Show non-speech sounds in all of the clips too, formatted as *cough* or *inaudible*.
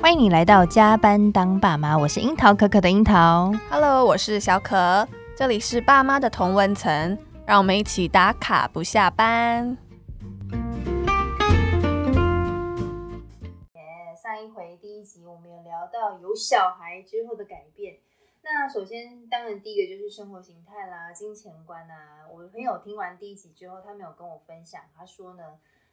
欢迎你来到加班当爸妈，我是樱桃可可的樱桃。 Hello，我是小可，这里是爸妈的同温层，让我们一起打卡不下班。上一回第一集我们有聊到有小孩之后的改变。那首先，当然第一个就是生活形态啦、金钱观啊。我的朋友听完第一集之后，他没有跟我分享，他说呢，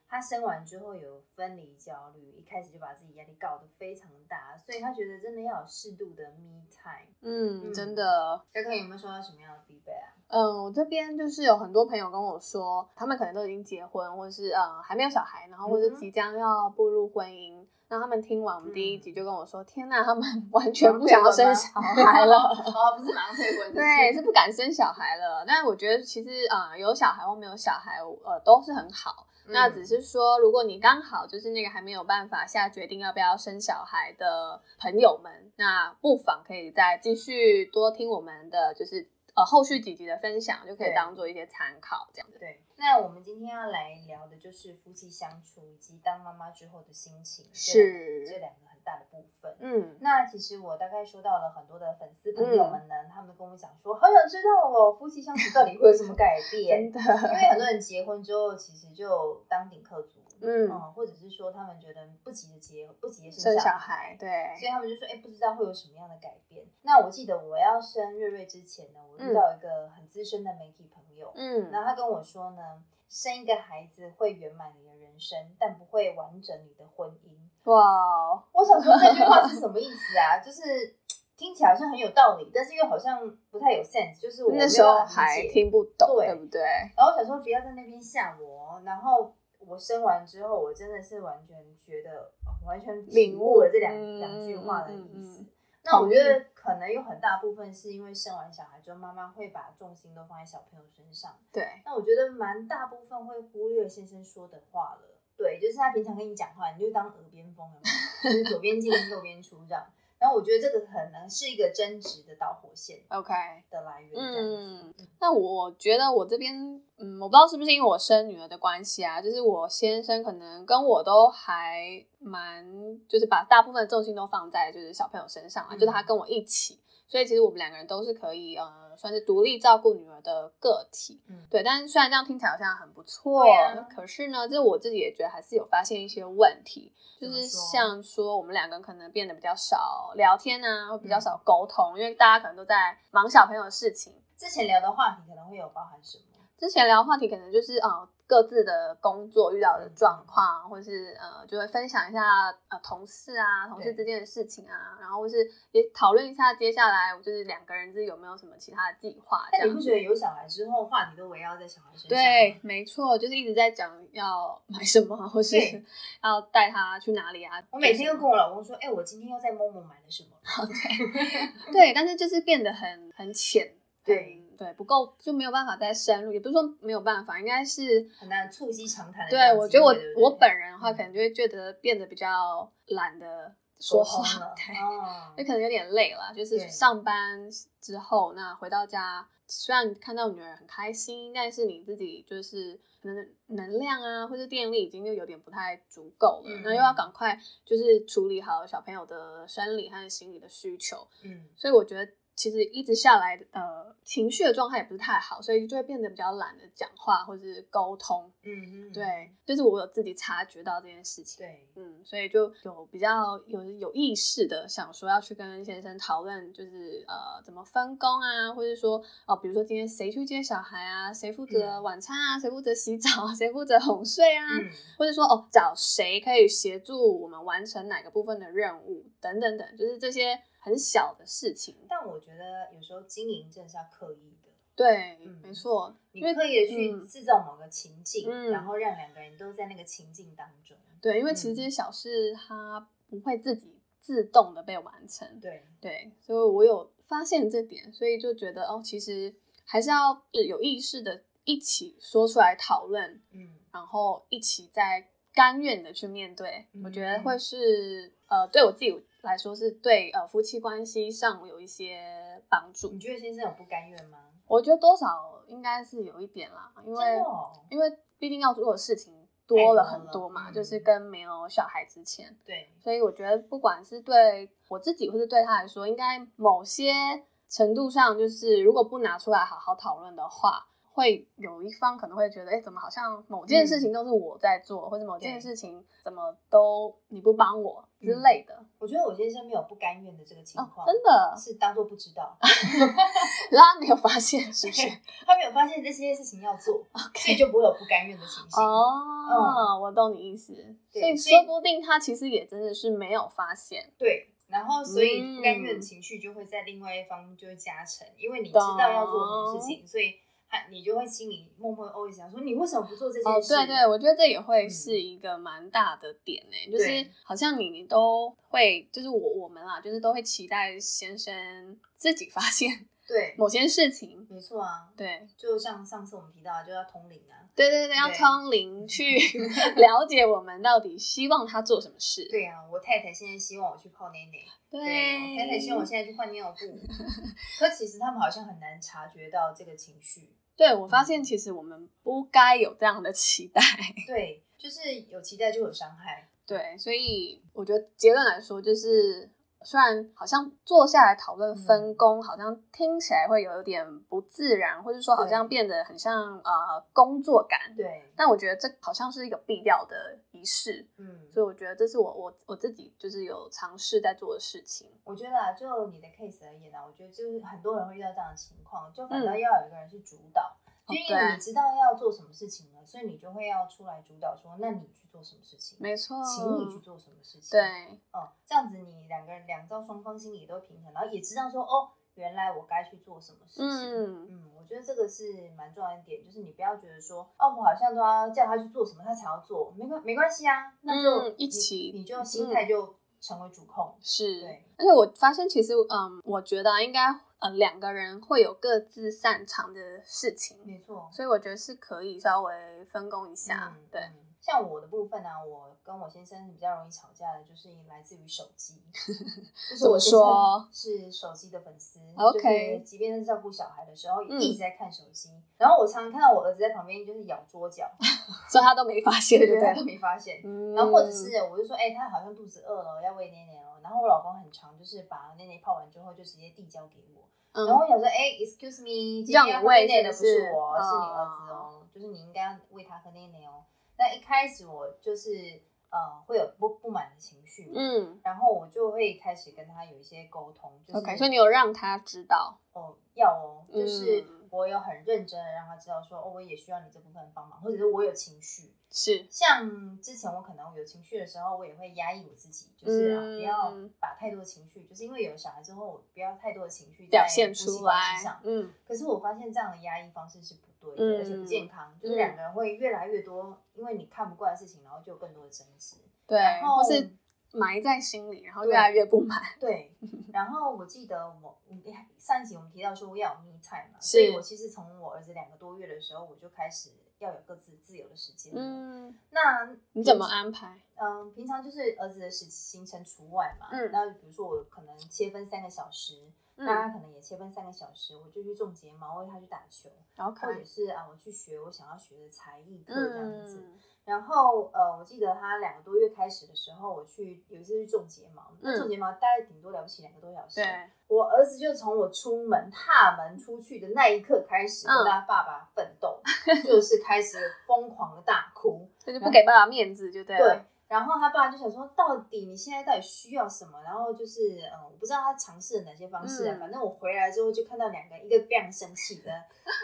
他生完之后有分离焦虑，一开始就把自己压力搞得非常大，所以他觉得真的要有适度的 me time。嗯，嗯真的，可可有没有收到什么样的 feedback 啊？嗯，我这边就是有很多朋友跟我说，他们可能都已经结婚，或是呃还没有小孩，然后或是嗯哼即将要步入婚姻。那他们听完我们第一嗯集就跟我说：“天呐，他们完全不想要生小孩了。”哦， *laughs* 不是马上退婚，对，是不敢生小孩了。但我觉得其实啊、呃有小孩或没有小孩，呃，都是很好。那嗯只是说，如果你刚好就是那个还没有办法下决定要不要生小孩的朋友们，那不妨可以再继续多听我们的就是呃后续几集的分享，就可以对当做一些参考这样子。对。那我们今天要来聊的就是夫妻相处以及当妈妈之后的心情，是这两个很大的部分。嗯，那其实我大概收到了很多的粉丝朋友们呢，他们跟我讲说，好想知道我夫妻相处到底会有什么改变真。的，因为很多人结婚之后，其实就当顶客族，嗯，嗯，或者是说他们觉得不急着结，不急着生小小孩，对，所以他们就说，哎、不知道会有什么样的改变。那我记得我要生瑞瑞之前呢，我遇到一个很资深的媒体朋友，嗯，然后他跟我说呢，生一个孩子会圆满你的人生，但不会完整你的婚姻。哇哦，我想说这句话是什么意思 *laughs* 啊？就是听起来好像很有道理，但是又好像不太有 sense，就是我没有那时候办法理还解听不懂，对对不对？然后我想说不要在那边吓我哦，然后我生完之后，我真的是完全觉得哦完全体悟了这两、领悟两句话的意思。嗯嗯嗯嗯那我觉得可能有很大部分是因为生完小孩之后，妈妈会把重心都放在小朋友身上。对，那我觉得蛮大部分会忽略先生说的话了。对，就是他平常跟你讲话，你就当耳边风了嘛， *laughs* 就是左边进右边出这样。然后我觉得这个可能是一个争执的导火线 OK，的来源。这样子，嗯，那我觉得我这边，嗯，我不知道是不是因为我生女儿的关系啊，就是我先生可能跟我都还蛮，就是把大部分的重心都放在就是小朋友身上啊，嗯就是他跟我一起，所以其实我们两个人都是可以，呃，算是独立照顾女儿的个体。嗯对，但是虽然这样听起来好像很不错，对啊可是呢，这我自己也觉得还是有发现一些问题，就怎么是说像说我们两个人可能变得比较少聊天啊，会比嗯较少沟通，因为大家可能都在忙小朋友的事情。之前聊的话题可能会有包含什么？之前聊话题可能就是呃各自的工作遇到的状况，或是呃就会分享一下呃同事啊同事之间的事情啊，然后或是也讨论一下接下来就是两个人是有没有什么其他的计划这但你样不子。觉得有小孩之后，话题都围绕在小孩身上？对，，没错，就是一直在讲要买什么，或是对 *laughs* 要带他去哪里啊。我每天都跟我老公说，哎、我今天又在某某买了什么？对，但是就是变得很很浅，对很对，不够就没有办法再深入，也不是说没有办法，应该是很难促膝长谈的这对，样我机觉得我会对不对我本人的话，嗯可能就会觉得变得比较懒得说沟通话了，， *laughs* 对，哦就可能有点累了。就是对上班之后，那回到家，虽然看到女儿很开心，但是你自己就是可能能量啊，或者电力已经就有点不太足够了嗯，那又要赶快就是处理好小朋友的生理和心理的需求，嗯，所以我觉得。其实一直下来，呃，情绪的状态也不是太好，所以就会变得比较懒得讲话或是沟通。嗯嗯，对，就是我有自己察觉到这件事情，对，嗯，所以就有比较有有意识的想说要去跟先生讨论，就是呃怎么分工啊，或者说哦、比如说今天谁去接小孩啊，谁负责嗯晚餐啊，谁负责洗澡啊，谁负责哄睡啊，嗯，或者说哦，找谁可以协助我们完成哪个部分的任务等等等，就是这些很小的事情。但我觉得有时候经营真的是要刻意的。对，嗯没错，你因为刻意的去嗯制造某个情境，嗯然后让两个人都在那个情境当中。对，因为其实嗯这些小事它不会自己自动的被完成，对，对，所以我有发现这点，所以就觉得哦，其实还是要呃有意识的一起说出来讨论，嗯，然后一起再甘愿的去面对。我觉得嗯会是呃，对我自己来说是对呃夫妻关系上有一些帮助你。觉得先生有不甘愿吗？我觉得多少应该是有一点啦，真因为的哦，因为毕竟要做的事情多了太多很多了嘛，嗯就是跟没有小孩之前。对，所以我觉得，不管是对我自己，或是对他来说，应该某些程度上，就是如果不拿出来好好讨论的话，会有一方可能会觉得，哎，怎么好像某件事情都是我在做，或者某件嗯对事情怎么都你不帮我之嗯类的。我觉得我先生没有不甘愿的这个情哦，况，真的， *laughs* 是当做不知道，然后他没有 *laughs* 发现，是不是？他没有发现这些事情要做所以就不会有不甘愿的情形。哦，我懂你意思。对所以所以说不定他其实也真的是没有发现。对，然后所以不甘愿嗯的情绪就会在另外一方就会加成，因为你知懂道要做什么事情，所以他你就会心里默默 always 想说，你为什么不做这哦件，事？对对，我觉得这也会是一个蛮大的点呢、就是对好像你都会，就是我我们啦，就是都会期待先生自己发现 *laughs* 对某些事情。没错啊，对就像上次我们提到的，就要通灵啊。对对对，要对通灵去 *laughs* 了解我们到底希望他做什么事。对啊，我太太现在希望我去泡奶奶，对，对，我太太希望我现在去换尿布。可其实他们好像很难察觉到这个情绪，对我发现其实我们不该有这样的期待。对，就是有期待就有伤害，对，所以我觉得结论来说，就是虽然好像坐下来讨论嗯分工，好像听起来会有一点不自然，或者说好像变得很像呃工作感。对，但我觉得这好像是一个必要的仪式，嗯，所以我觉得这是我我我自己就是有尝试在做的事情。我觉得啊，就你的 case 而言啊，我觉得就是很多人会遇到这样的情况，就反倒要有一个人是主导，嗯哦就因为对你知道要做什么事情了，所以你就会要出来主导说，那你去做什么事情，没错，请你去做什么事情，，对哦，这样子你两个人两造双方心里都平衡，然后也知道说，哦，原来我该去做什么事情。嗯嗯，我觉得这个是蛮重要的点，就是你不要觉得说，哦，我好像都要叫他去做什么，他才要做，没关没关系啊，那就嗯一你起嗯你就心态就成为主控，是对，而且我发现其实嗯，我觉得啊应该呃两个人会有各自擅长的事情，没错，所以我觉得是可以稍微分工一下，嗯对，嗯像我的部分呢、啊，我跟我先生比较容易吵架的，就是来自于手机， *laughs* 就是我先怎么生是手机的粉丝就是 OK 即便是照顾小孩的时候，嗯一直在看手机。然后我常常看到我儿子在旁边就是咬桌角，所以他都没发 *laughs* 现，对不他都对？没发现。嗯然后或者是我就说，哎、他好像肚子饿了，要喂奶奶哦。然后我老公很常就是把奶奶泡完之后就直接递交给我，然后嗯，我想说，哎、e x c u s e me，今让天你要喂喂奶的是不不是是我，是你儿子哦哦，就是你应该要喂他喝奶奶哦。那一开始我就是呃会有不不满的情绪，，嗯然后我就会开始跟他有一些沟通，就是，OK，所以你有让他知道，哦要哦，就是嗯我有很认真的让他知道说，哦，我也需要你这部分帮忙，或者是我有情绪，是像之前我可能有情绪的时候，我也会压抑我自己，就是、啊嗯不要把太多的情绪，就是因为有了小孩之后，我不要太多的情绪表在现夫妻出关系来上，嗯，可是我发现这样的压抑方式是不对的，嗯而且不健康，就是嗯两个人会越来越多，因为你看不惯的事情，然后就有更多的争执。对，然后或是埋在心里，然后对越来越不满，对，然后我记得我嗯上一集我们提到说我要有 me time 嘛，是所以我其实从我儿子两个多月的时候，我就开始要有各自自由的时间。，嗯，那你怎么安排？嗯，平常就是儿子的时行程除外嘛。嗯那比如说我可能切分三个小时，那嗯他可能也切分三个小时，我就去种睫毛，或者他去打球，或者，OK，是啊，我去学我想要学的才艺课这样子。嗯，然后呃，我记得他两个多月开始的时候，我去有一次去种睫毛，那嗯种睫毛大概顶多了不起两个多小时。对，我儿子就从我出门踏门出去的那一刻开始，嗯跟他爸爸奋斗，就是开始疯狂的大哭。所以就不给爸爸面子，就对对了，，然后他爸就想说，到底你现在到底需要什么？然后就是，嗯，我不知道他尝试了哪些方式啊、嗯反正我回来之后就看到两个，一个非常生气的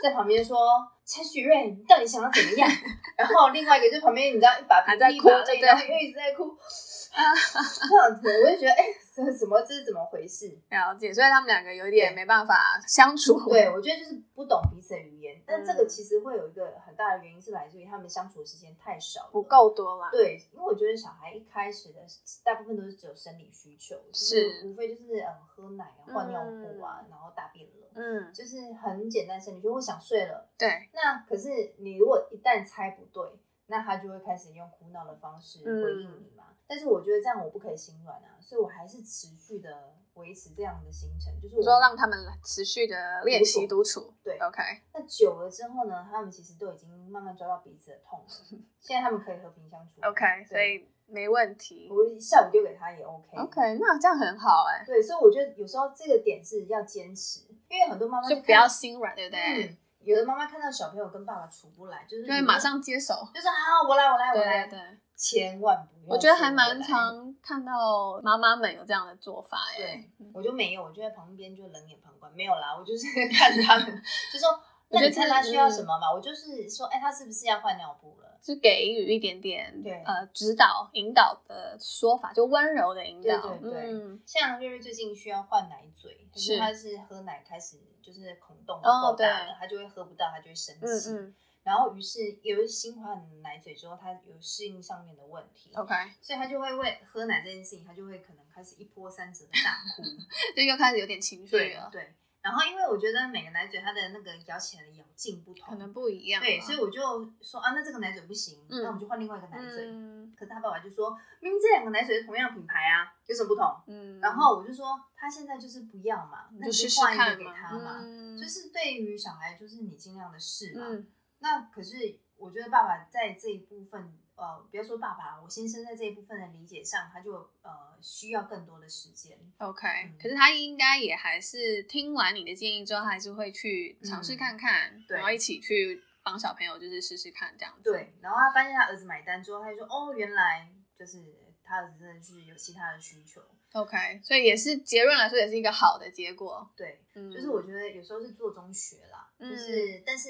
在旁边说：“陈许瑞，你到底想要怎么样？” *laughs* 然后另外一个就旁边你知道一把鼻还在涕一哭把就泪，对然后又一直在哭， *laughs* 这样子我就觉得，哎、这怎么这是怎么回事？了解，所以他们两个有点对没办法相处，对，我觉得就是不懂彼此的语言，但这个嗯其实会有一个很大的原因是来自于他们相处的时间太少了， *laughs* 不够多啦，对，因为我觉得小孩一开始的大部分都是只有生理需求，就是无非就是嗯喝奶啊、换尿布啊，然后大便了，嗯，就是很简单的生理需求。我想睡了，对，那可是你如果一旦猜不对，那他就会开始用哭嗯闹的方式回应你嘛。但是我觉得这样我不可以心软啊，所以我还是持续的维持这样的行程，就是你我说让哦他们持续的练习独处。对，OK，那久了之后呢，他们其实都已经慢慢抓到彼此的痛 *laughs* 了。现在他们可以和平相处。 OK，对所以没问题。我下午丢给他也 OK。 OK，那这样很好哎、对，所以我觉得有时候这个点是要坚持，因为很多妈妈就看不要心软，对不对？嗯，有的妈妈看到小朋友跟爸爸处不来，就是就会马上接手。就是好，我来，我来，我来对，对，千万不要。我觉得还蛮。常看到妈妈们有这样的做法哎、对，我就没有，我就在旁边就冷眼旁观，没有啦，我就是 *laughs* 看他们，就说我那觉得你看这他是需要嗯什么嘛，我就是说，哎，他是不是要换尿布了？是给予一点点对呃指导、引导的说法，就温柔的引导。对对对嗯，像瑞瑞最近需要换奶嘴，可是是他是喝奶开始就是孔洞不哦够大对了，他就会喝不到，他就会生嗯气。嗯然后于是有了新换奶嘴之后，他有适应上面的问题， ，OK，所以他就会为喝奶这件事情，他就会可能开始一波三折的 *laughs* 大哭。就又开始有点情绪了，对。然后因为我觉得每个奶嘴它的那个咬起来的咬劲不同，可能不一样吧。对，所以我就说啊，那这个奶嘴不行，嗯那我们就换另外一个奶嘴。嗯可是他爸爸就说，明明这两个奶嘴是同样品牌啊，有什么不同？嗯，然后我就说他现在就是不要嘛，你那就你试就试换一看个给他嘛。嗯就是对于小孩，就是你尽量的试嘛。嗯那可是我觉得爸爸在这一部分，呃，不要说爸爸，我先生在这一部分的理解上，他就呃需要更多的时间。 OK，嗯可是他应该也还是听完你的建议之后，还是会去尝试看看，嗯对然后一起去帮小朋友就是试试看这样子。对，然后他发现他儿子买单之后，他就说哦，原来就是他儿子真的是有其他的需求。 ，OK，所以也是结论来说，也是一个好的结果。对，嗯，就是我觉得有时候是做中学啦，就是但是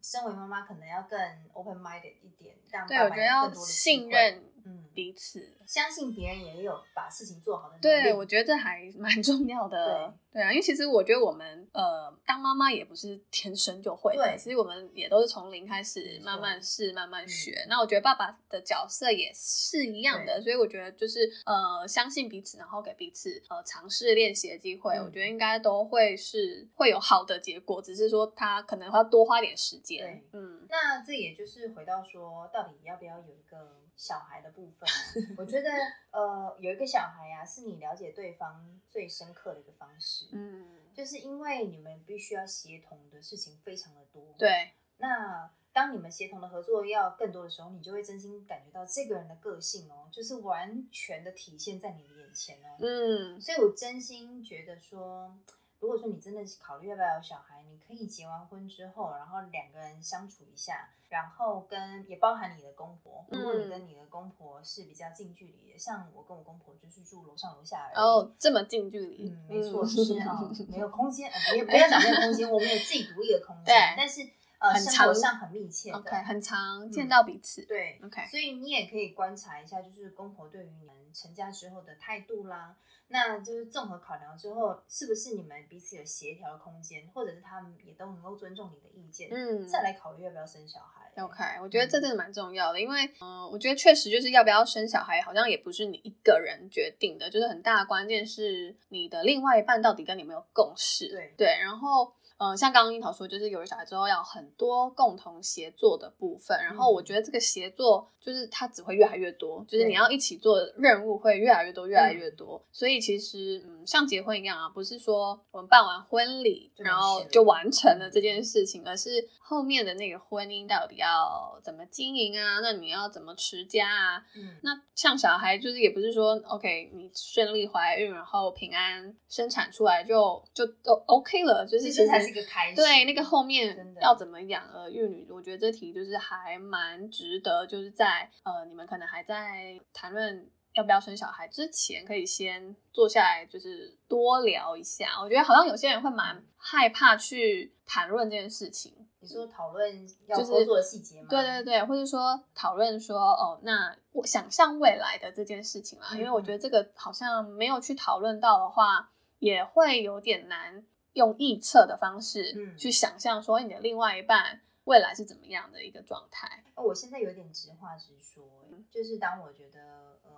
身为妈妈可能要更 open minded 一点，让对，爸我爸觉得有要更多的机信会，任嗯，彼此。相信别人也有把事情做好的能力。对，我觉得这还 *laughs* 蛮重要的。对啊，因为其实我觉得我们呃，当妈妈也不是天生就会的，对其实我们也都是从零开没始错嗯慢慢试、慢慢学。那我觉得爸爸的角色也是一样的，对所以我觉得就是呃，相信彼此，然后给彼此呃尝试练习的机会，嗯我觉得应该都会是会有好的结果，只是说他可能要多花点时间对。嗯，那这也就是回到说，到底要不要有一个小孩的部分啊、我觉得，呃，有一个小孩啊，是你了解对方最深刻的一个方式。嗯，就是因为你们必须要协同的事情非常的多。，对，那当你们协同的合作要更多的时候，你就会真心感觉到这个人的个性哦，就是完全的体现在你的眼前哦。嗯，所以我真心觉得说，如果说你真的是考虑要不要有小孩，你可以结完婚之后，然后两个人相处一下，然后跟也包含你的公婆。如果嗯你跟你的公婆是比较近距离的，像我跟我公婆就是住楼上楼下而已。然后这么近距离嗯，，没错，哦嗯 *laughs* 就是啊，没有空间，呃也不要讲没有空间，我们有自己独立的空对间，但是呃，很生活长上很密切的 OK，很常见嗯到彼此。对 OK 所以你也可以观察一下，就是公婆对于你们成家之后的态度啦，那就是综合考量之后，是不是你们彼此有协调的空间，或者是他们也都能够尊重你的意见，嗯再来考虑要不要生小孩。 OK，我觉得这真的蛮重要的，因为嗯、呃我觉得确实就是要不要生小孩，好像也不是你一个人决定的，就是很大的关键是你的另外一半到底跟你有没有共识。对对，然后。呃，像刚刚樱桃说，就是有了小孩之后，要有很多共同协作的部分。然后嗯我觉得这个协作就是它只会越来越多，就是对嗯你要一起做的任务会越来越多，越来越多。所以其实，嗯，像结婚一样啊，不是说我们办完婚礼，就然没后事了就完成了这件事情，而是后面的那个婚姻到底要怎么经营啊？那你要怎么持家啊？嗯，那像小孩，就是也不是说 OK，你顺利怀孕，然后平安生产出来就就都 OK 了，就是这其实才是一个开始。对那个后面真的要怎么养儿育女，我觉得这题就是还蛮值得，就是在呃你们可能还在谈论。要不要生小孩之前，可以先坐下来，就是多聊一下。我觉得好像有些人会蛮害怕去谈论这件事情，你说讨论要就是工作的细节吗？对对对，或者说讨论说哦，那我想象未来的这件事情啦，因为我嗯觉得这个好像没有去讨论到的话，也会有点难用臆测的方式嗯去想象说你的另外一半未来是怎么样的一个状态。那哦我现在有点直话直说、欸嗯就是当我觉得呃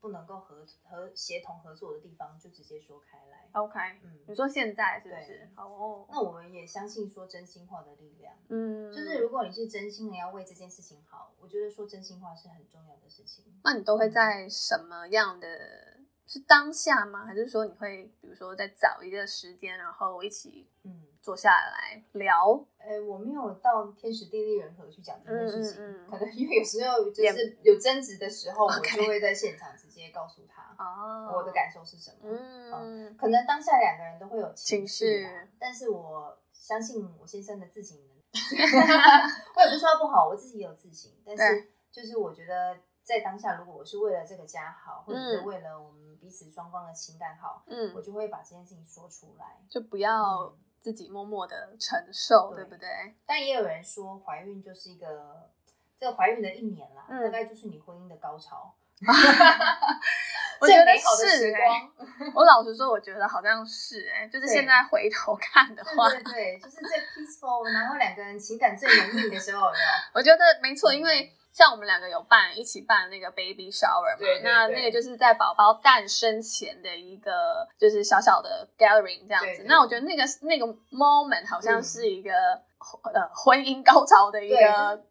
不能够合合协同合作的地方，就直接说开来。 OK，你哦嗯，说现在是不对是？哦，那我们也相信说真心话的力量，嗯，就是如果你是真心的要为这件事情好，我觉得说真心话是很重要的事情。那你都会在什么样的是当下吗？还是说你会比如说再找一个时间，然后一起嗯，坐下来聊？哎，我没有到天时地利人和去讲这件事情，嗯 *laughs* 嗯嗯可能因为有时候就也是有争执的时候，我 OK 就会在现场直接告诉他哦我的感受是什么。嗯，可能当下两个人都会有情绪情啦绪，但是我相信我先生的自省能力， *laughs* 我也不是说不好，我自己也有自省，但是就是我觉得在当下，如果我是为了这个家好，或者是为了我们彼此双方的情感好，我嗯，就会把这件事情说出来。就不要自己默默的承受，对对不对？但也有人说，怀孕就是一个这个怀孕的一年啦，嗯大概就是你婚姻的高潮， *laughs* *laughs* 我觉最得美好的是时欸光。我老实说，我觉得好像是哎、就是对现在回头看的话，对对对，就是最 peaceful，然后两个人情感最浓密的时候，有没有？我觉得没错，嗯因为像我们两个有办一起办那个 baby shower 嘛，对对那对那个就是在宝宝诞生前的一个就是小小的 gathering 这样子。对对嗯那我觉得那个那个 moment 好像是一个、呃婚姻高潮的一对，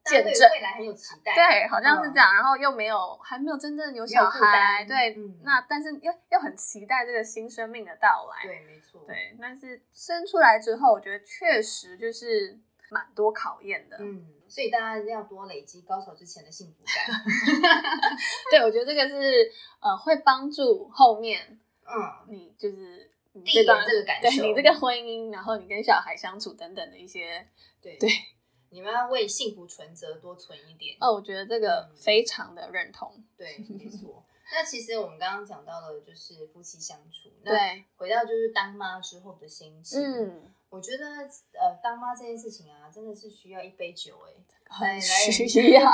就是大个见家证对。未来很有期待。对，好像是这样，然后又没有，还没有真正有嗯小没有负担孩，对，嗯那但是又又很期待这个新生命的到来，对，没错。，对，但是生出来之后，我觉得确实就是蛮多考验的。嗯，所以大家要多累积高潮之前的幸福 *laughs* 感。对，我觉得这个是呃，会帮助后面嗯，你就是你第一这段眼这个感对受，你这个婚姻，然后你跟小孩相处等等的一些，对对，你们要为幸福存折多存一点。哦，我觉得这个嗯非常的认同。对，没错。那其实我们刚刚讲到的就是夫妻相处，那对，回到就是当妈之后的心情。，嗯，我觉得呃，当妈这件事情啊，真的是需要一杯酒哎、很来哦 *laughs* 需 *laughs* 要。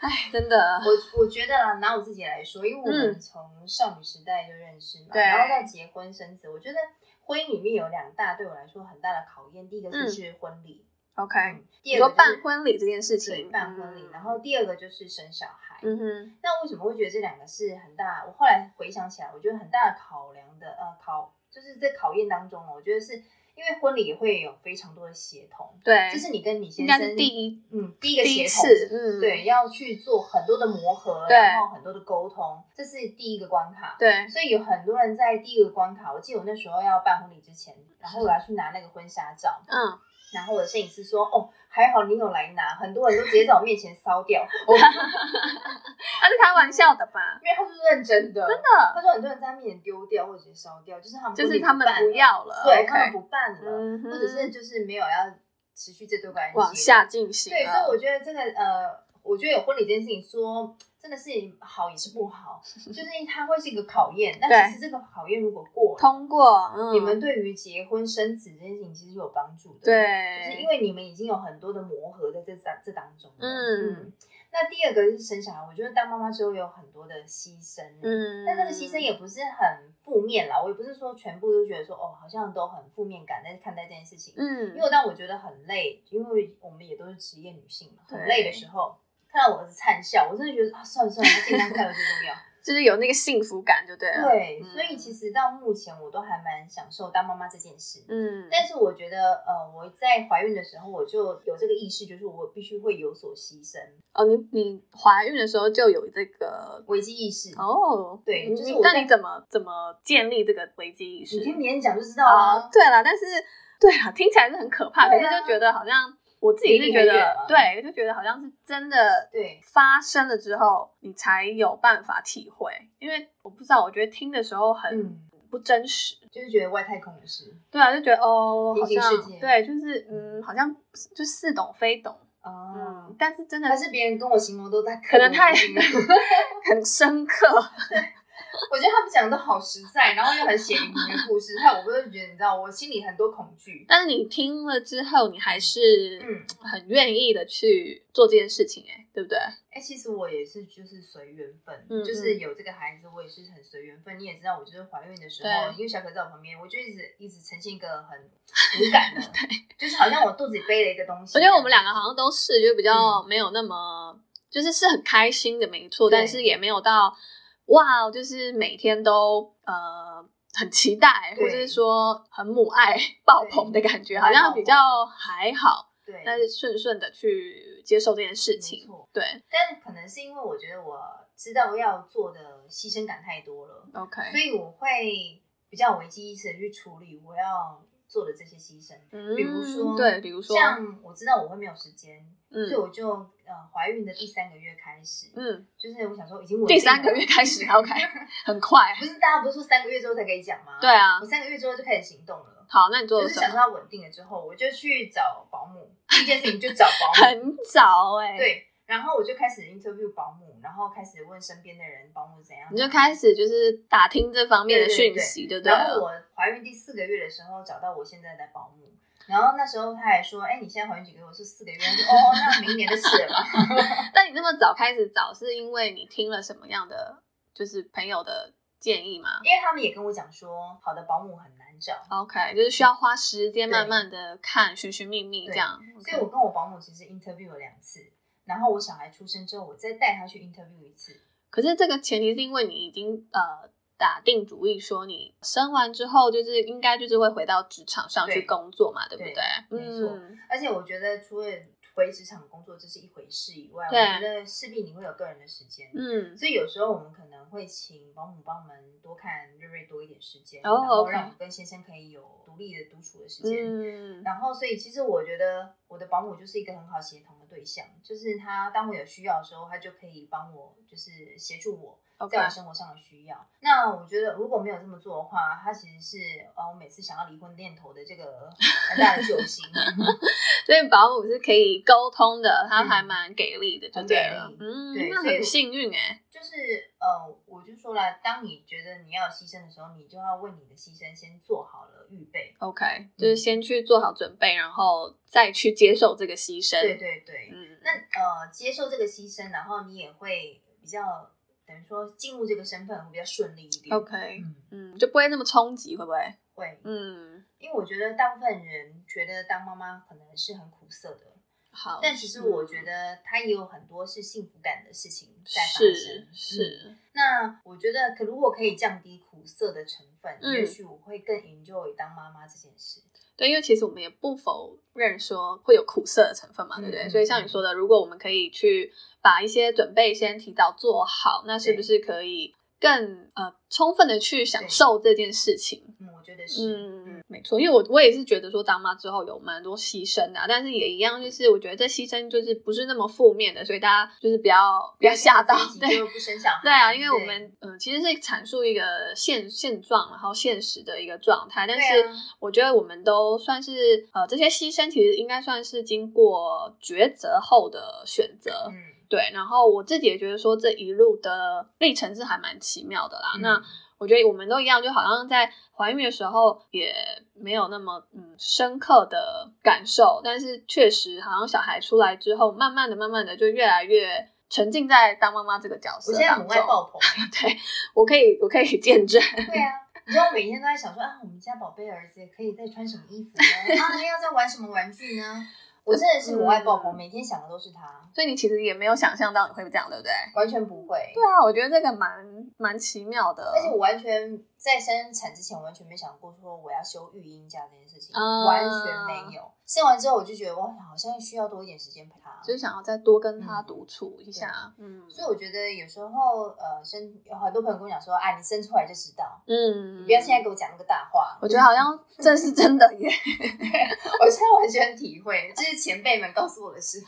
哎，真的，我我觉得啊，拿我自己来说，因为我们嗯从少女时代就认识嘛，对然后到结婚生子，我觉得婚姻里面有两大对我来说很大的考验，第一个嗯就是婚礼，嗯 OK，第你二说个、就是、办婚礼这件事对情，办婚礼，嗯然后第二个就是生小孩。嗯哼，那为什么会觉得这两个是很大？我后来回想起来，我觉得很大的考量的呃考，就是在考验当中，哦我觉得是因为婚礼也会有非常多的协同，对，就是你跟你先应该生是第一嗯第一个第一协同次，嗯，对，要去做很多的磨合，对然后很多的沟通，这是第一个关卡。对，嗯所以有很多人在第一个关卡，我记得我那时候要办婚礼之前，然后我要去拿那个婚纱照，嗯，然后我的摄影师说：“哦，还好你有来拿。”很多人都直接在我面前烧掉， *laughs* 我他是开玩笑的吧？因为他是认真的，真的。真的他说很多人在他面前丢掉或者直接烧掉，就是他们就是婚礼他们办不了，要了，对 OK 他们不办了，嗯哼，或者是就是没有要持续这段关系往下进行对，所以了。我觉得这个呃，我觉得有婚礼这件事情说。真的是好也是不 *laughs* 好，就是它会是一个考验。但其实这个考验如果过了，通过，嗯，你们对于结婚生子这件事情其实有帮助的。，就是因对，为你们已经有很多的磨合在这当这当中了。嗯那第二个是生小孩，我觉得当妈妈之后有很多的牺牲。。嗯，但这个牺牲也不是很负面啦，我也不是说全部都觉得说哦，好像都很负面感在看待这件事情。嗯，因为当我觉得很累，因为我们也都是职业女性嘛，对很累的时候，看到我儿子灿笑，我真的觉得啊，算了算了，健康快乐最重 *laughs* 要。就是有那个幸福感就对了。对，嗯所以其实到目前我都还蛮享受当妈妈这件事。嗯，但是我觉得，呃，我在怀孕的时候，我就有这个意识，就是我必须会有所牺牲，哦，你你怀孕的时候就有这个危机意识。哦，对你就是你我那在你怎么怎么建立这个危机意识？你听别人讲就知道哦啊，。对了，但是对啊，听起来是很可怕，可对是啊就觉得好像我自己离是你觉很远得啊，对，就觉得好像是真的对，发生了之后，你才有办法体会。因为我不知道，我觉得听的时候很嗯，不真实。就是觉得外太空的事。对啊，就觉得哦，好平行像世界对，就是嗯，好像就似懂非懂。哦嗯，，但是真的但是别人跟我形容都在刻可能骨太铭心 *laughs* 很深刻。我觉得他们讲的都好实在，然后又很血淋淋的故事，害我就觉得，你知道，我心里很多恐惧。但是你听了之后，你还是嗯，很愿意的去做这件事情、哎，对不对？哎、其实我也是，就是随缘分，嗯就是有这个孩子，我也是很随缘分。你也知道，我就是怀孕的时候对，因为小可在我旁边，我就一直一直呈现一个很无感 *laughs* 的，就是好像我肚子里背了一个东西。我觉得我们两个好像都是，就比较没有那么，就是是很开心的，没错，嗯对但是也没有到哇，哦就是每天都呃很期待，对或者是说很母爱爆棚的感觉，对好像比较还好，对，但是顺顺的去接受这件事没情。错。对但可能是因为我觉得我知道要做的牺牲感太多了， ，OK，所以我会比较危机意识的去处理我要做的这些牺牲。比如说，嗯对，比如说，像我知道我会没有时间，嗯所以我就呃怀孕的第三个月开始，嗯，就是我想说已经稳定第了三个月开始 *laughs* ，OK，很快不。是大家不是说三个月之后才可以讲吗？对，啊我，三个月之后就开始行动了。好，那你做就了是什想说么？它稳定了之后，我就去找保姆。第一件事情就找 *laughs* 保姆，很早哎、，对。然后我就开始 interview 保姆，然后开始问身边的人保姆怎样。啊你就开始就是打听这方面的对对讯对息，对不对然后了？我怀孕第四个月的时候找到我现在的保姆，然后那时候他还说：“哎，你现在怀孕几个月？”我说四个月。 *laughs* 他说：“哦，那明年的事了吧。但你那么早开始找，是因为你听了什么样的就是朋友的建议吗”因为他们也跟我讲说，好的保姆很难 *laughs* 找， ？OK，就是需要花时间对慢慢的看，寻寻觅觅这对样。所以我跟我保姆其实 interview 了两次。然后我小孩出生之后，我再带他去 interview 一次。可是这个前提是因为你已经呃打定主意说你生完之后就是应该就是会回到职场上去对工作嘛，对不对对？没错嗯，而且我觉得，除了回职场工作这是一回事以外，我对觉得势必你会有个人的时间。嗯，所以有时候我们可能会请保姆帮我们多看瑞瑞多一点时间哦然后 OK 让我跟先生可以有独立的独处的时间。嗯，然后，所以其实我觉得我的保姆就是一个很好协同的对象，就是他当我有需要的时候，他就可以帮我，就是协助我 OK 在我生活上的需要。那我觉得如果没有这么做的话，他其实是呃我每次想要离婚念头的这个很大的救星。所以保姆是可以沟通的，他嗯还蛮给力的，就很对给了力。嗯，对那所以很我幸运哎。就是呃，我就说了，当你觉得你要有牺牲的时候，你就要为你的牺牲先做好了预备。 OK，就是嗯先去做好准备，然后再去接受这个牺牲。对对对，嗯，那呃，接受这个牺牲，然后你也会比较等于说进入这个身份会比较顺利一点。 OK，嗯，嗯，就不会那么冲击，会不会？会，嗯，因为我觉得大部分人觉得当妈妈可能是很苦涩的，好。但其实我觉得她也有很多是幸福感的事情在发是生。嗯是，那我觉得可如果可以降低苦涩的成分，嗯也许我会更 enjoy 当妈妈这件事。对，因为其实我们也不否认说会有苦涩的成分嘛，对不对？嗯所以像你说的，如果我们可以去把一些准备先提早做好，那是不是可以更呃充分的去享对受这件事情？嗯，我觉得是。嗯，没错，因为我我也是觉得说当妈之后有蛮多牺牲的啊、但是也一样，就是我觉得这牺牲就是不是那么负面的，所以大家就是不要不要吓到自，己对就不生小孩。对啊，因为我对们嗯、呃其实是阐述一个现现状，然后现实的一个状态，但对是啊我觉得我们都算是呃这些牺牲其实应该算是经过抉择后的选择，嗯，对。然后我自己也觉得说这一路的历程是还蛮奇妙的啦。嗯那我觉得我们都一样，就好像在怀孕的时候也没有那么嗯深刻的感受，但是确实好像小孩出来之后，慢慢的、慢慢的就越来越沉浸在当妈妈这个角我色现在嗯当母中。爱爆棚。对，我可以，我可以见证。 *laughs* 对啊，你知道我每天都在想说啊，我们家宝贝儿子可以再穿什么衣服呢？啊，要再玩什么玩具呢？我真的是母爱爆嗯棚，每天想的都是他，所以你其实也没有想象到你会这样，对不对？完全不会。对啊，我觉得这个蛮蛮奇妙的，而且我完全在生产之前，我完全没想过说我要休育婴假这件事情，啊完全没有。生完之后，我就觉得我好像需要多一点时间陪他。就是想要再多跟他独处一下，嗯嗯所以我觉得有时候，呃，生有很多朋友跟我讲说，啊，你生出来就知道，嗯你不要现在给我讲那个大话。我觉得好像这是真的耶，我现在完全体会，这是前辈们告诉我的事。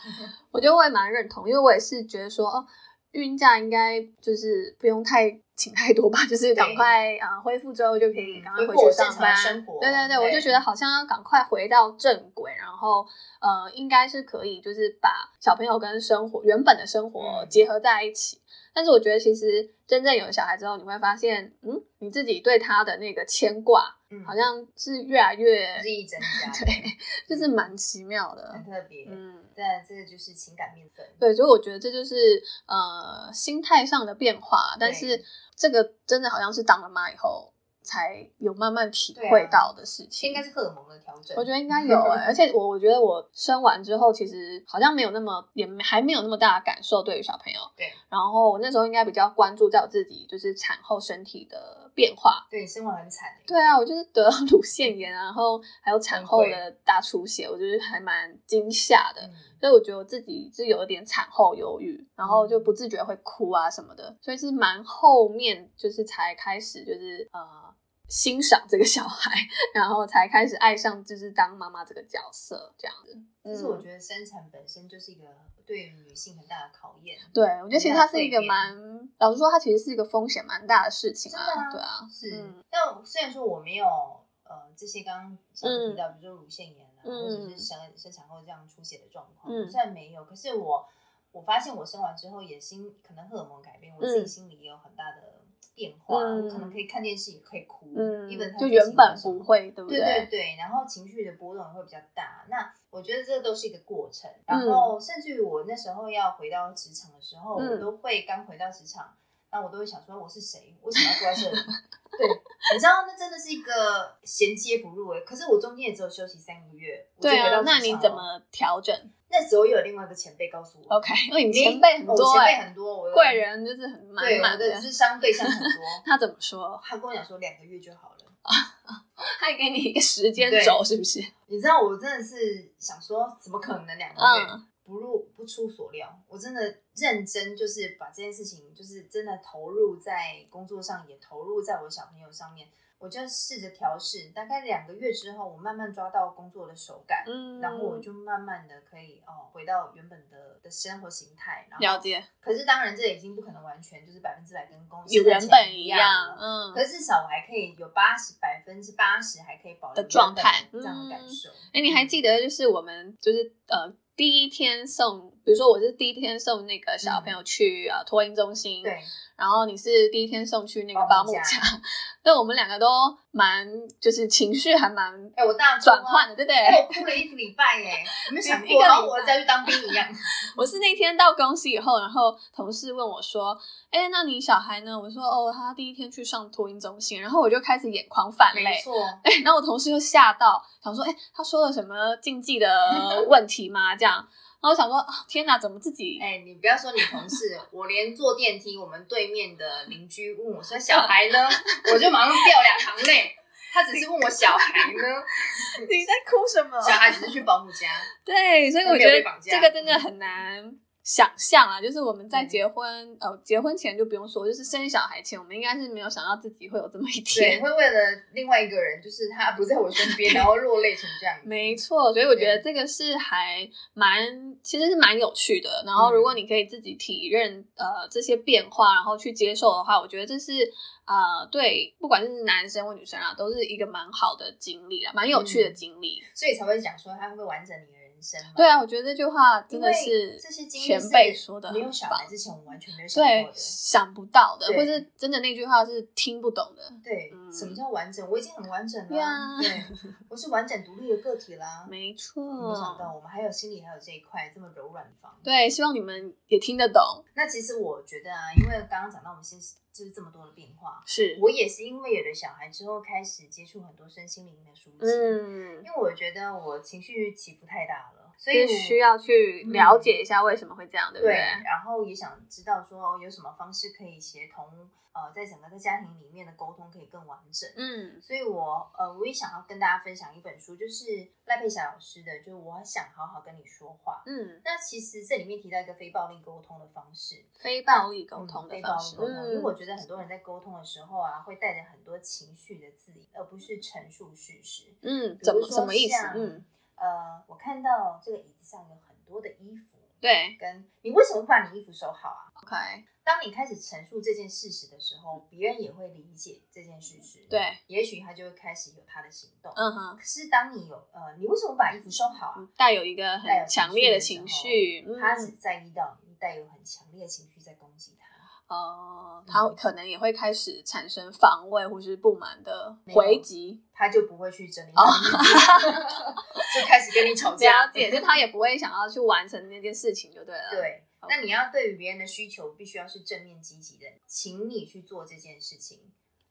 我觉得我也蛮认同，因为我也是觉得说，哦，孕假应该就是不用太请太多吧， *laughs* 就是赶快啊、呃恢复之后就可以赶快嗯恢回复去我正上常的班。生活对对对，对我就觉得好像要赶快回到正轨，然后呃，应该是可以就是把小朋友跟生活原本的生活嗯结合在一起。但是我觉得其实真正有了小孩之后，你会发现，嗯，你自己对他的那个牵挂嗯好像是越来越，日益增 *laughs* 加，对，就是蛮奇妙的很。特别。嗯。但这个就是情感面分，对，所以我觉得这就是呃心态上的变化，但是对这个真的好像是当了妈以后才有慢慢体对啊会到的事情。应该是嗯荷尔蒙的调整。我觉得 *laughs* 应该有哎、而且我我觉得我生完之后，其实好像没有那么也还没有那么大的感受对于小朋友。对。然后我那时候应该比较关注在我自己就是产后身体的变化。对，生活很惨欸对啊，我就是得了乳腺炎啊，然后还有产后的大出血，我就是还蛮惊吓的。嗯所以我觉得我自己是有一点产后忧郁，然后嗯就不自觉会哭啊什么的，所以是蛮后面就是才开始就是呃欣赏这个小孩，然后才开始爱上就是当妈妈这个角色这样子。嗯其实我得。觉得生产本身就是一个对于女性很大的考验。对，我觉得其实它是一个蜕变蛮，老实说，它其实是一个风险蛮大的事情真的啊，啊对啊，是，嗯但我虽然说我没有呃这些刚刚小姐提到，比如说乳腺炎啊，嗯或者是生生产后这样出血的状况，嗯虽然没有，可是我我发现我生完之后也心可能荷尔蒙改变，我自己心里也有很大的变化，嗯我可能可以看电视也可以哭，因为嗯，它就剧情原本有什么不会，对不对对对，然后情绪的波动也会比较大。那我觉得这都是一个过程。然后，甚至于我那时候要回到职场的时候，嗯我都会刚回到职场，那我都会想说我是谁，为什么要坐在这里？ *laughs* 对，你知道那真的是一个衔接不入哎。可是我中间也只有休息三个月，我就对回到啊，职那你场怎了？么调整那时候又有另外一个前辈告诉我？OK，因为你你前辈很我多前辈哎，很多，我有贵，人就是很满对我满的的。智商对象很多。 *laughs* 他怎么说？他跟我讲说两个月就好了。他也给你一个时间对轴，是不是？你知道我真的是想说，怎么可能两个月？嗯不入不出所料，我真的认真就是把这件事情，就是真的投入在工作上，也投入在我小朋友上面。我就试着调试，大概两个月之后，我慢慢抓到工作的手感，嗯，然后我就慢慢的可以哦回到原本的的生活形态。然了后，解，可是当然这已经不可能完全就是百分之百跟公司有原本一一样，了嗯。可是至少我还可以有八十百分之八十还可以保留的状态原本的这样的感嗯受。哎、你还记得就是我们就是呃第一天送，比如说我是第一天送那个小朋友去、呃托婴中心，嗯对，然后你是第一天送去那个保保姆姆家家， *laughs* 那我们两个都蛮就是情绪还蛮 *laughs* 哎、我大转哭啊换的，对不对？哎、我哭了一个礼拜 *laughs* 耶，有没有想一个过，礼拜然后我再去当兵一 *laughs* 样？ *laughs* 我是那天到公司以后，然后同事问我说：“哎，那你小孩呢？”我说：“哦，他第一天去上托婴中心。”然后我就开始眼眶泛没泪。错，哎， *laughs* 然后我同事就吓到，想说：“哎，他说了什么禁忌 *laughs* 的问题吗？”这样，然后我想说：“啊天哪，怎么自己？”哎、你不要说你同事，我连坐电梯，我们对面的邻居问我说小孩呢，我就马上掉两行泪。他只是问我小孩 *laughs* 呢，你在哭什么小孩只是去保姆家， *laughs* 对，所以我没觉有被绑得架这个真的很难想象啊。就是我们在嗯结婚，呃，结婚前就不用说，就是生小孩前，我们应该是没有想到自己会有这么一对，天。会为了另外一个人，就是他不在我身 *laughs* 边，然后落泪成这样。没错，所以我觉得这个是还蛮，其实是蛮有趣的。然后，嗯如果你可以自己体认呃这些变化，然后去接受的话，我觉得这是呃对，不管是男生或女生啊，都是一个蛮好的经历啊，蛮有趣的嗯经历。所以才会讲说他会不会完整你的人生嘛？对啊，我觉得这句话真因的为是这些经历前是辈说的，没有小孩之前，我完全没有想对过，的。想不到的，对或是真的那句话是听不懂的。对，嗯什么叫完整？我已经很完整了啊。呀对，我是完整独立的个体啦。没没想错，到我们还有心里还有这一块这么柔软的方面。对，希望你们也听得懂。那其实我觉得啊，因为刚刚讲到我们现实就是这么多的变化，是，我也是因为有了小孩之后开始接触很多身心灵的书籍，嗯因，为我觉得我情绪起伏太大了，所以就我是需要去了解一下为什么会这样，对不嗯对对？，然后也想知道说哦有什么方式可以协同，呃，在整个在家庭里面的沟通可以更完整。嗯，所以我呃，我也想要跟大家分享一本书，就是赖佩霞老师的，就是我想好好跟你说话。嗯，那其实这里面提到一个非暴力沟通的方式，非暴力沟通的嗯非暴方力式，沟通，因为我嗯，觉得很多人在沟通的时候啊，会带着很多情绪的字眼，而不是陈述事实。嗯，比怎如么说什么意思？像嗯，呃，我看到这个椅子上有很多的衣服，对跟你为什么不把你衣服收好啊？ ，OK，当你开始陈述这件事实的时候，别人也会理解这件事实，，对，也许他就会开始有他的行动。嗯哼，嗯可是当你有呃，你为什么把衣服收好啊？带有一个带有很情强烈的绪情的时候绪，嗯他只在意到你带有很强烈的情绪在攻击他。哦，他嗯可能也会开始产生防卫或是不满的回击，他就不会去整理他的衣服， *laughs* 就开始跟你吵架。哦了解，就他也不会想要去完成那件事情，就对了。，对，好那你要对于别人的需求必须要是正面积极的，请你去做这件事情，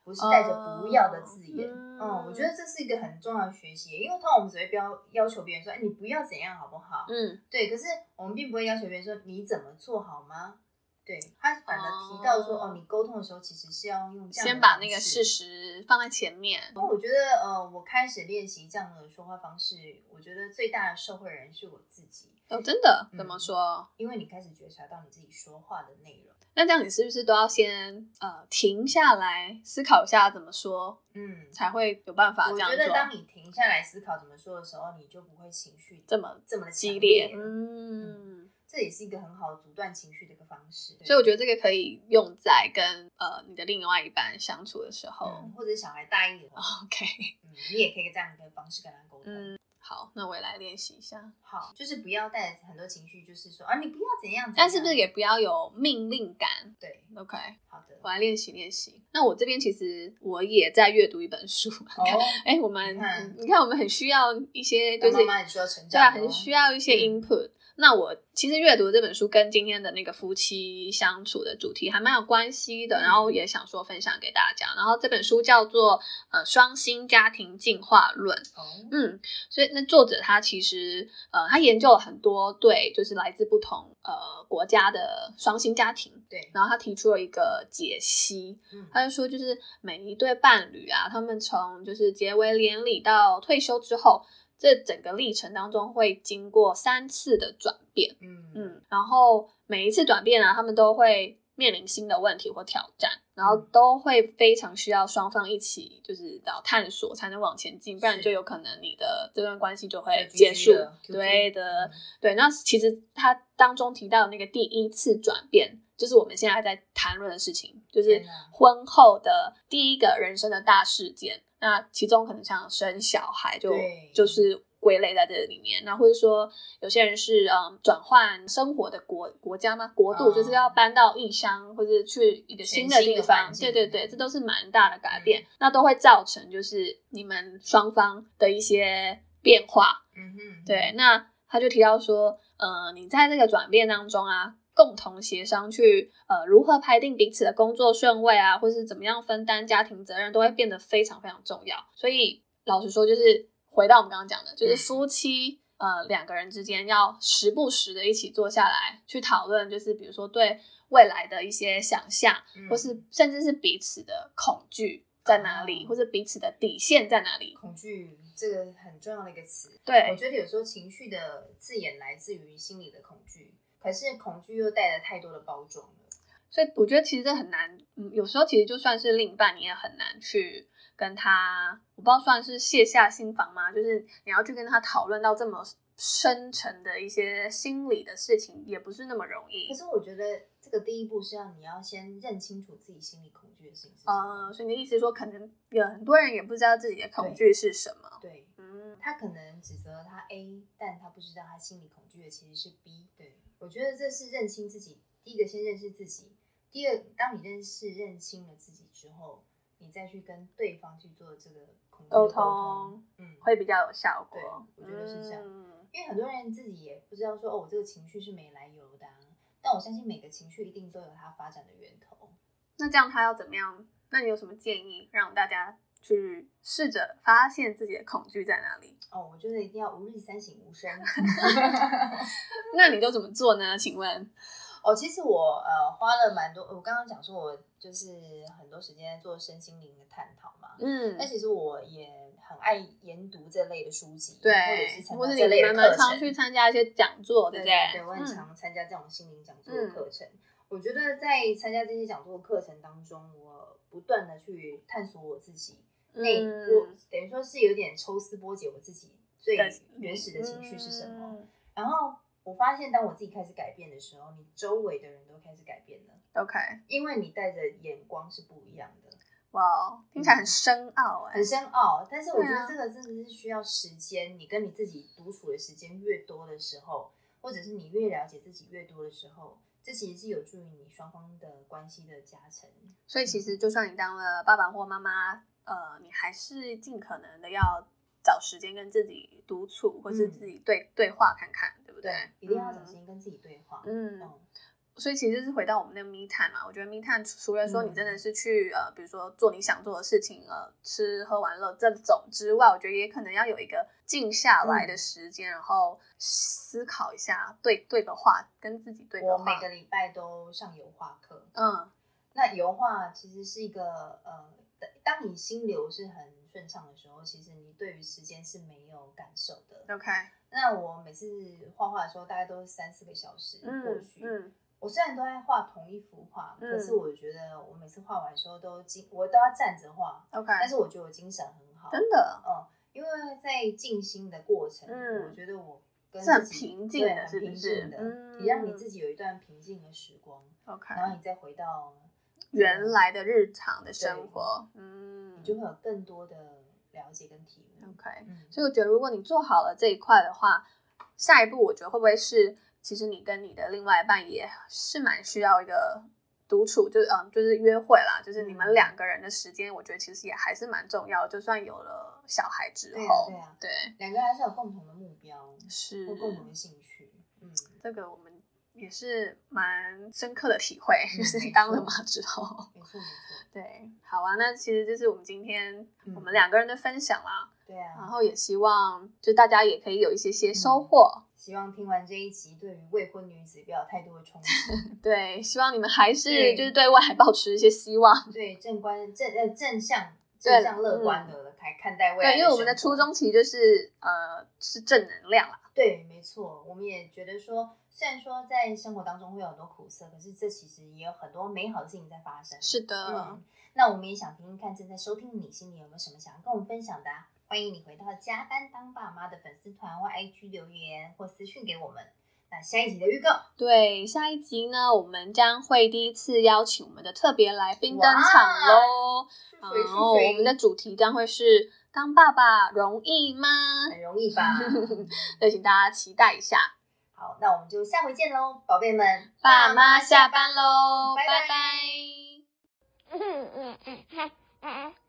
不是带着不要的字眼。哦嗯嗯我觉得这是一个很重要的学习，因为通常我们只会标要求别人说，哎，你不要怎样好不好？嗯，对，可是我们并不会要求别人说你怎么做好吗？对他反而提到说，哦哦你沟通的时候其实是要用这样的先把那方个式事实放在前面。那我觉得，呃，我开始练习这样的说话方式，我觉得最大的受惠人是我自己，哦，真的？嗯怎么说？因为你开始觉察到你自己说话的内容。那这样你是不是都要先呃停下来思考一下怎么说，嗯，才会有办法这我样觉得做？当你停下来思考怎么说的时候，你就不会情绪这么这么的激强烈，烈了嗯。这也是一个很好阻断情绪的一个方式。所以我觉得，得这个可以用在跟呃你的另外一半相处的时候。嗯，或者小孩大一点， *laughs* OK， *laughs* 嗯，你也可以这样的方式跟他沟通。嗯好，那我也来练习一下。好，就是不要带着很多情绪，就是说啊，你不要怎样怎样。但是不是也不要有命令感对？ ？OK，好的。我来练习练习。那我这边其实我也在阅读一本书。 *laughs* 哦，哎、我们你看嗯你看，我们很需要一些就是当妈妈很需要成对啊，长哦，很需要一些 input。那我其实阅读这本书跟今天的那个夫妻相处的主题还蛮有关系的，嗯然后也想说分享给大家。然后这本书叫做呃《双薪家庭进化论》，哦，嗯，所以那作者他其实呃他研究了很多对就是来自不同呃国家的双薪家庭，对，然后他提出了一个解析，嗯他就说，就是每一对伴侣啊，他们从就是结为连理到退休之后，这整个历程当中会经过三次的转变，嗯嗯嗯，然后每一次转变啊，他们都会面临新的问题或挑战，然后嗯都会非常需要双方一起就是找探索才能往前进，不然是就有可能你的这段关系就对会 GG 结束了，，QQ 对的，嗯对，那其实他当中提到的那个第一次转变，就是我们现在在谈论的事情，就是天哪婚后的第一个人生的大事件。那其中可能像生小孩就对就是归类在这里面，那或者说有些人是嗯转换生活的国国家吗？国度、哦就是要搬到异乡或者去一个新的全新地的方环，境嗯对对对，这都是蛮大的改变，那都会造成就是你们双方的一些变化，嗯哼，对，那他就提到说，呃，你在这个转变当中啊，共同协商去呃如何排定彼此的工作顺位啊，或是怎么样分担家庭责任，都会变得非常非常重要。所以老实说，就是回到我们刚刚讲的，就是嗯夫妻。呃，两个人之间要时不时的一起坐下来去讨论，就是比如说对未来的一些想象，嗯，或是甚至是彼此的恐惧在哪里，哦或者彼此的底线在哪里。恐惧这个很重要的一个词。我对，觉得有时候情绪的字眼来自于心里的恐惧，可是恐惧又带着太多的包装了。所以我觉得其实这很难，嗯，有时候其实就算是另一半，你也很难去跟他，我不知道算是卸下心防吗？就是你要去跟他讨论到这么深沉的一些心理的事情，也不是那么容易可。是我觉得这个第一步是要你要先认清楚自己心里恐惧的事情是什么。呃，所以你的意思是说，可能有很多人也不知道自己的恐惧是什么。对嗯，他可能指责他 A，但他不知道他心里恐惧的其实是 B。对我觉得这是认清自己，第一个先认识自己，第二，当你认识认清了自己之后，你再去跟对方去做这个恐惧的沟沟通通，嗯，会比较有效果。对我觉得是这样嗯因为很多人自己也不知道说，哦，我这个情绪是没来由的、啊。但我相信每个情绪一定都有它发展的源头。那这样他要怎么样？那你有什么建议让大家去试着发现自己的恐惧在哪里？哦，我觉得一定要吾日三省 *laughs* 吾身。那你都怎么做呢？请问？哦，其实我呃花了蛮多，我刚刚讲说我就是很多时间在做身心灵的探讨嘛。嗯那其实我也很爱研读这类的书籍，或者对是，参或加是这类你的们课蛮程常。去参加一些讲座，对不对对？我很嗯常参加这种心灵讲座的课程。我觉得在参加这些讲座的课程当中，我不断的去探索我自己，内、哎我嗯等于说是有点抽丝剥茧我自己最的原始的情绪是什么。嗯然后我发现，当我自己开始改变的时候，你周围的人都开始改变了，嗯？OK，因为你带着眼光是不一样的，哇哦，听起来很深奥哎，嗯很深奥。但是我觉对啊得这个真的是需要时间，你跟你自己独处的时间越多的时候，或者是你越了解自己越多的时候，这其实是有助于你双方的关系的加成。所以其实就算你当了爸爸或妈妈，呃，你还是尽可能的要找时间跟自己独处，或是嗯自己对对话看看，对不对，一定要找时间跟自己对话。嗯，嗯所以其实是回到我们那个 me time 嘛，我觉得 me time 除了说嗯你真的是去、呃，比如说做你想做的事情，呃，吃喝玩乐这种之外，我觉得也可能要有一个静下来嗯的时间，然后思考一下，对对个话，跟自己对我个每话个。礼拜都上油画课，嗯那油画其实是一个呃，当当你心流是很顺畅的时候，其实你对于时间是没有感受的。 ，OK，那我每次画画的时候，大概都是三四个小时过嗯去。嗯我虽然都在画同一幅画，嗯可是我觉得我每次画完的时候都精，我都要站着画， ，OK，但是我觉得我精神很好，真的，嗯，因为在静心的过程，嗯我觉得我跟是很自己平静对的很是不平是静的，嗯你让你自己有一段平静的时光， ，OK，然后你再回到原来的日常的生活，嗯你就会有更多的了解跟体悟。 ，OK，嗯，所以我觉得，如果你做好了这一块的话，下一步我觉得会不会是，其实你跟你的另外一半也是蛮需要一个独处，就是嗯，就是约会啦，就是你们嗯两个人的时间，我觉得其实也还是蛮重要的。就算有了小孩之对啊后，对啊对两个人还是有共同的目标是或共同的兴趣。嗯，这个我们也是蛮深刻的体会，就是嗯没当了错妈之后。没错没错，对，好啊，那其实这是我们今天嗯我们两个人的分享啦，对啊。嗯然后也希望就大家也可以有一些些收获。希望听完这一集，对于未婚女子不要有太多的 *laughs* 冲击，对，希望你们还是对就是对未来保持一些希望。对正观正呃正向对正嗯向乐观的来看待未来。对，因为我们的初衷其实就是呃是正能量啦。对，没错，我们也觉得说，虽然说在生活当中会有很多苦涩，可是这其实也有很多美好的事情在发生。是的，嗯，那我们也想听听看，正在收听你心里有没有什么想要跟我们分享的、啊？欢迎你回到加班当爸妈的粉丝团或 IG 留言或私讯给我们。那下一集的预告，对，下一集呢，我们将会第一次邀请我们的特别来宾登哇场喽。然水是后哦我水们的主题将会是当爸爸容易吗？很容易吧？ *laughs* 所以请大家期待一下。好，那我们就下回见喽，宝贝们，爸妈下班喽，拜拜拜拜 Mm-hmm.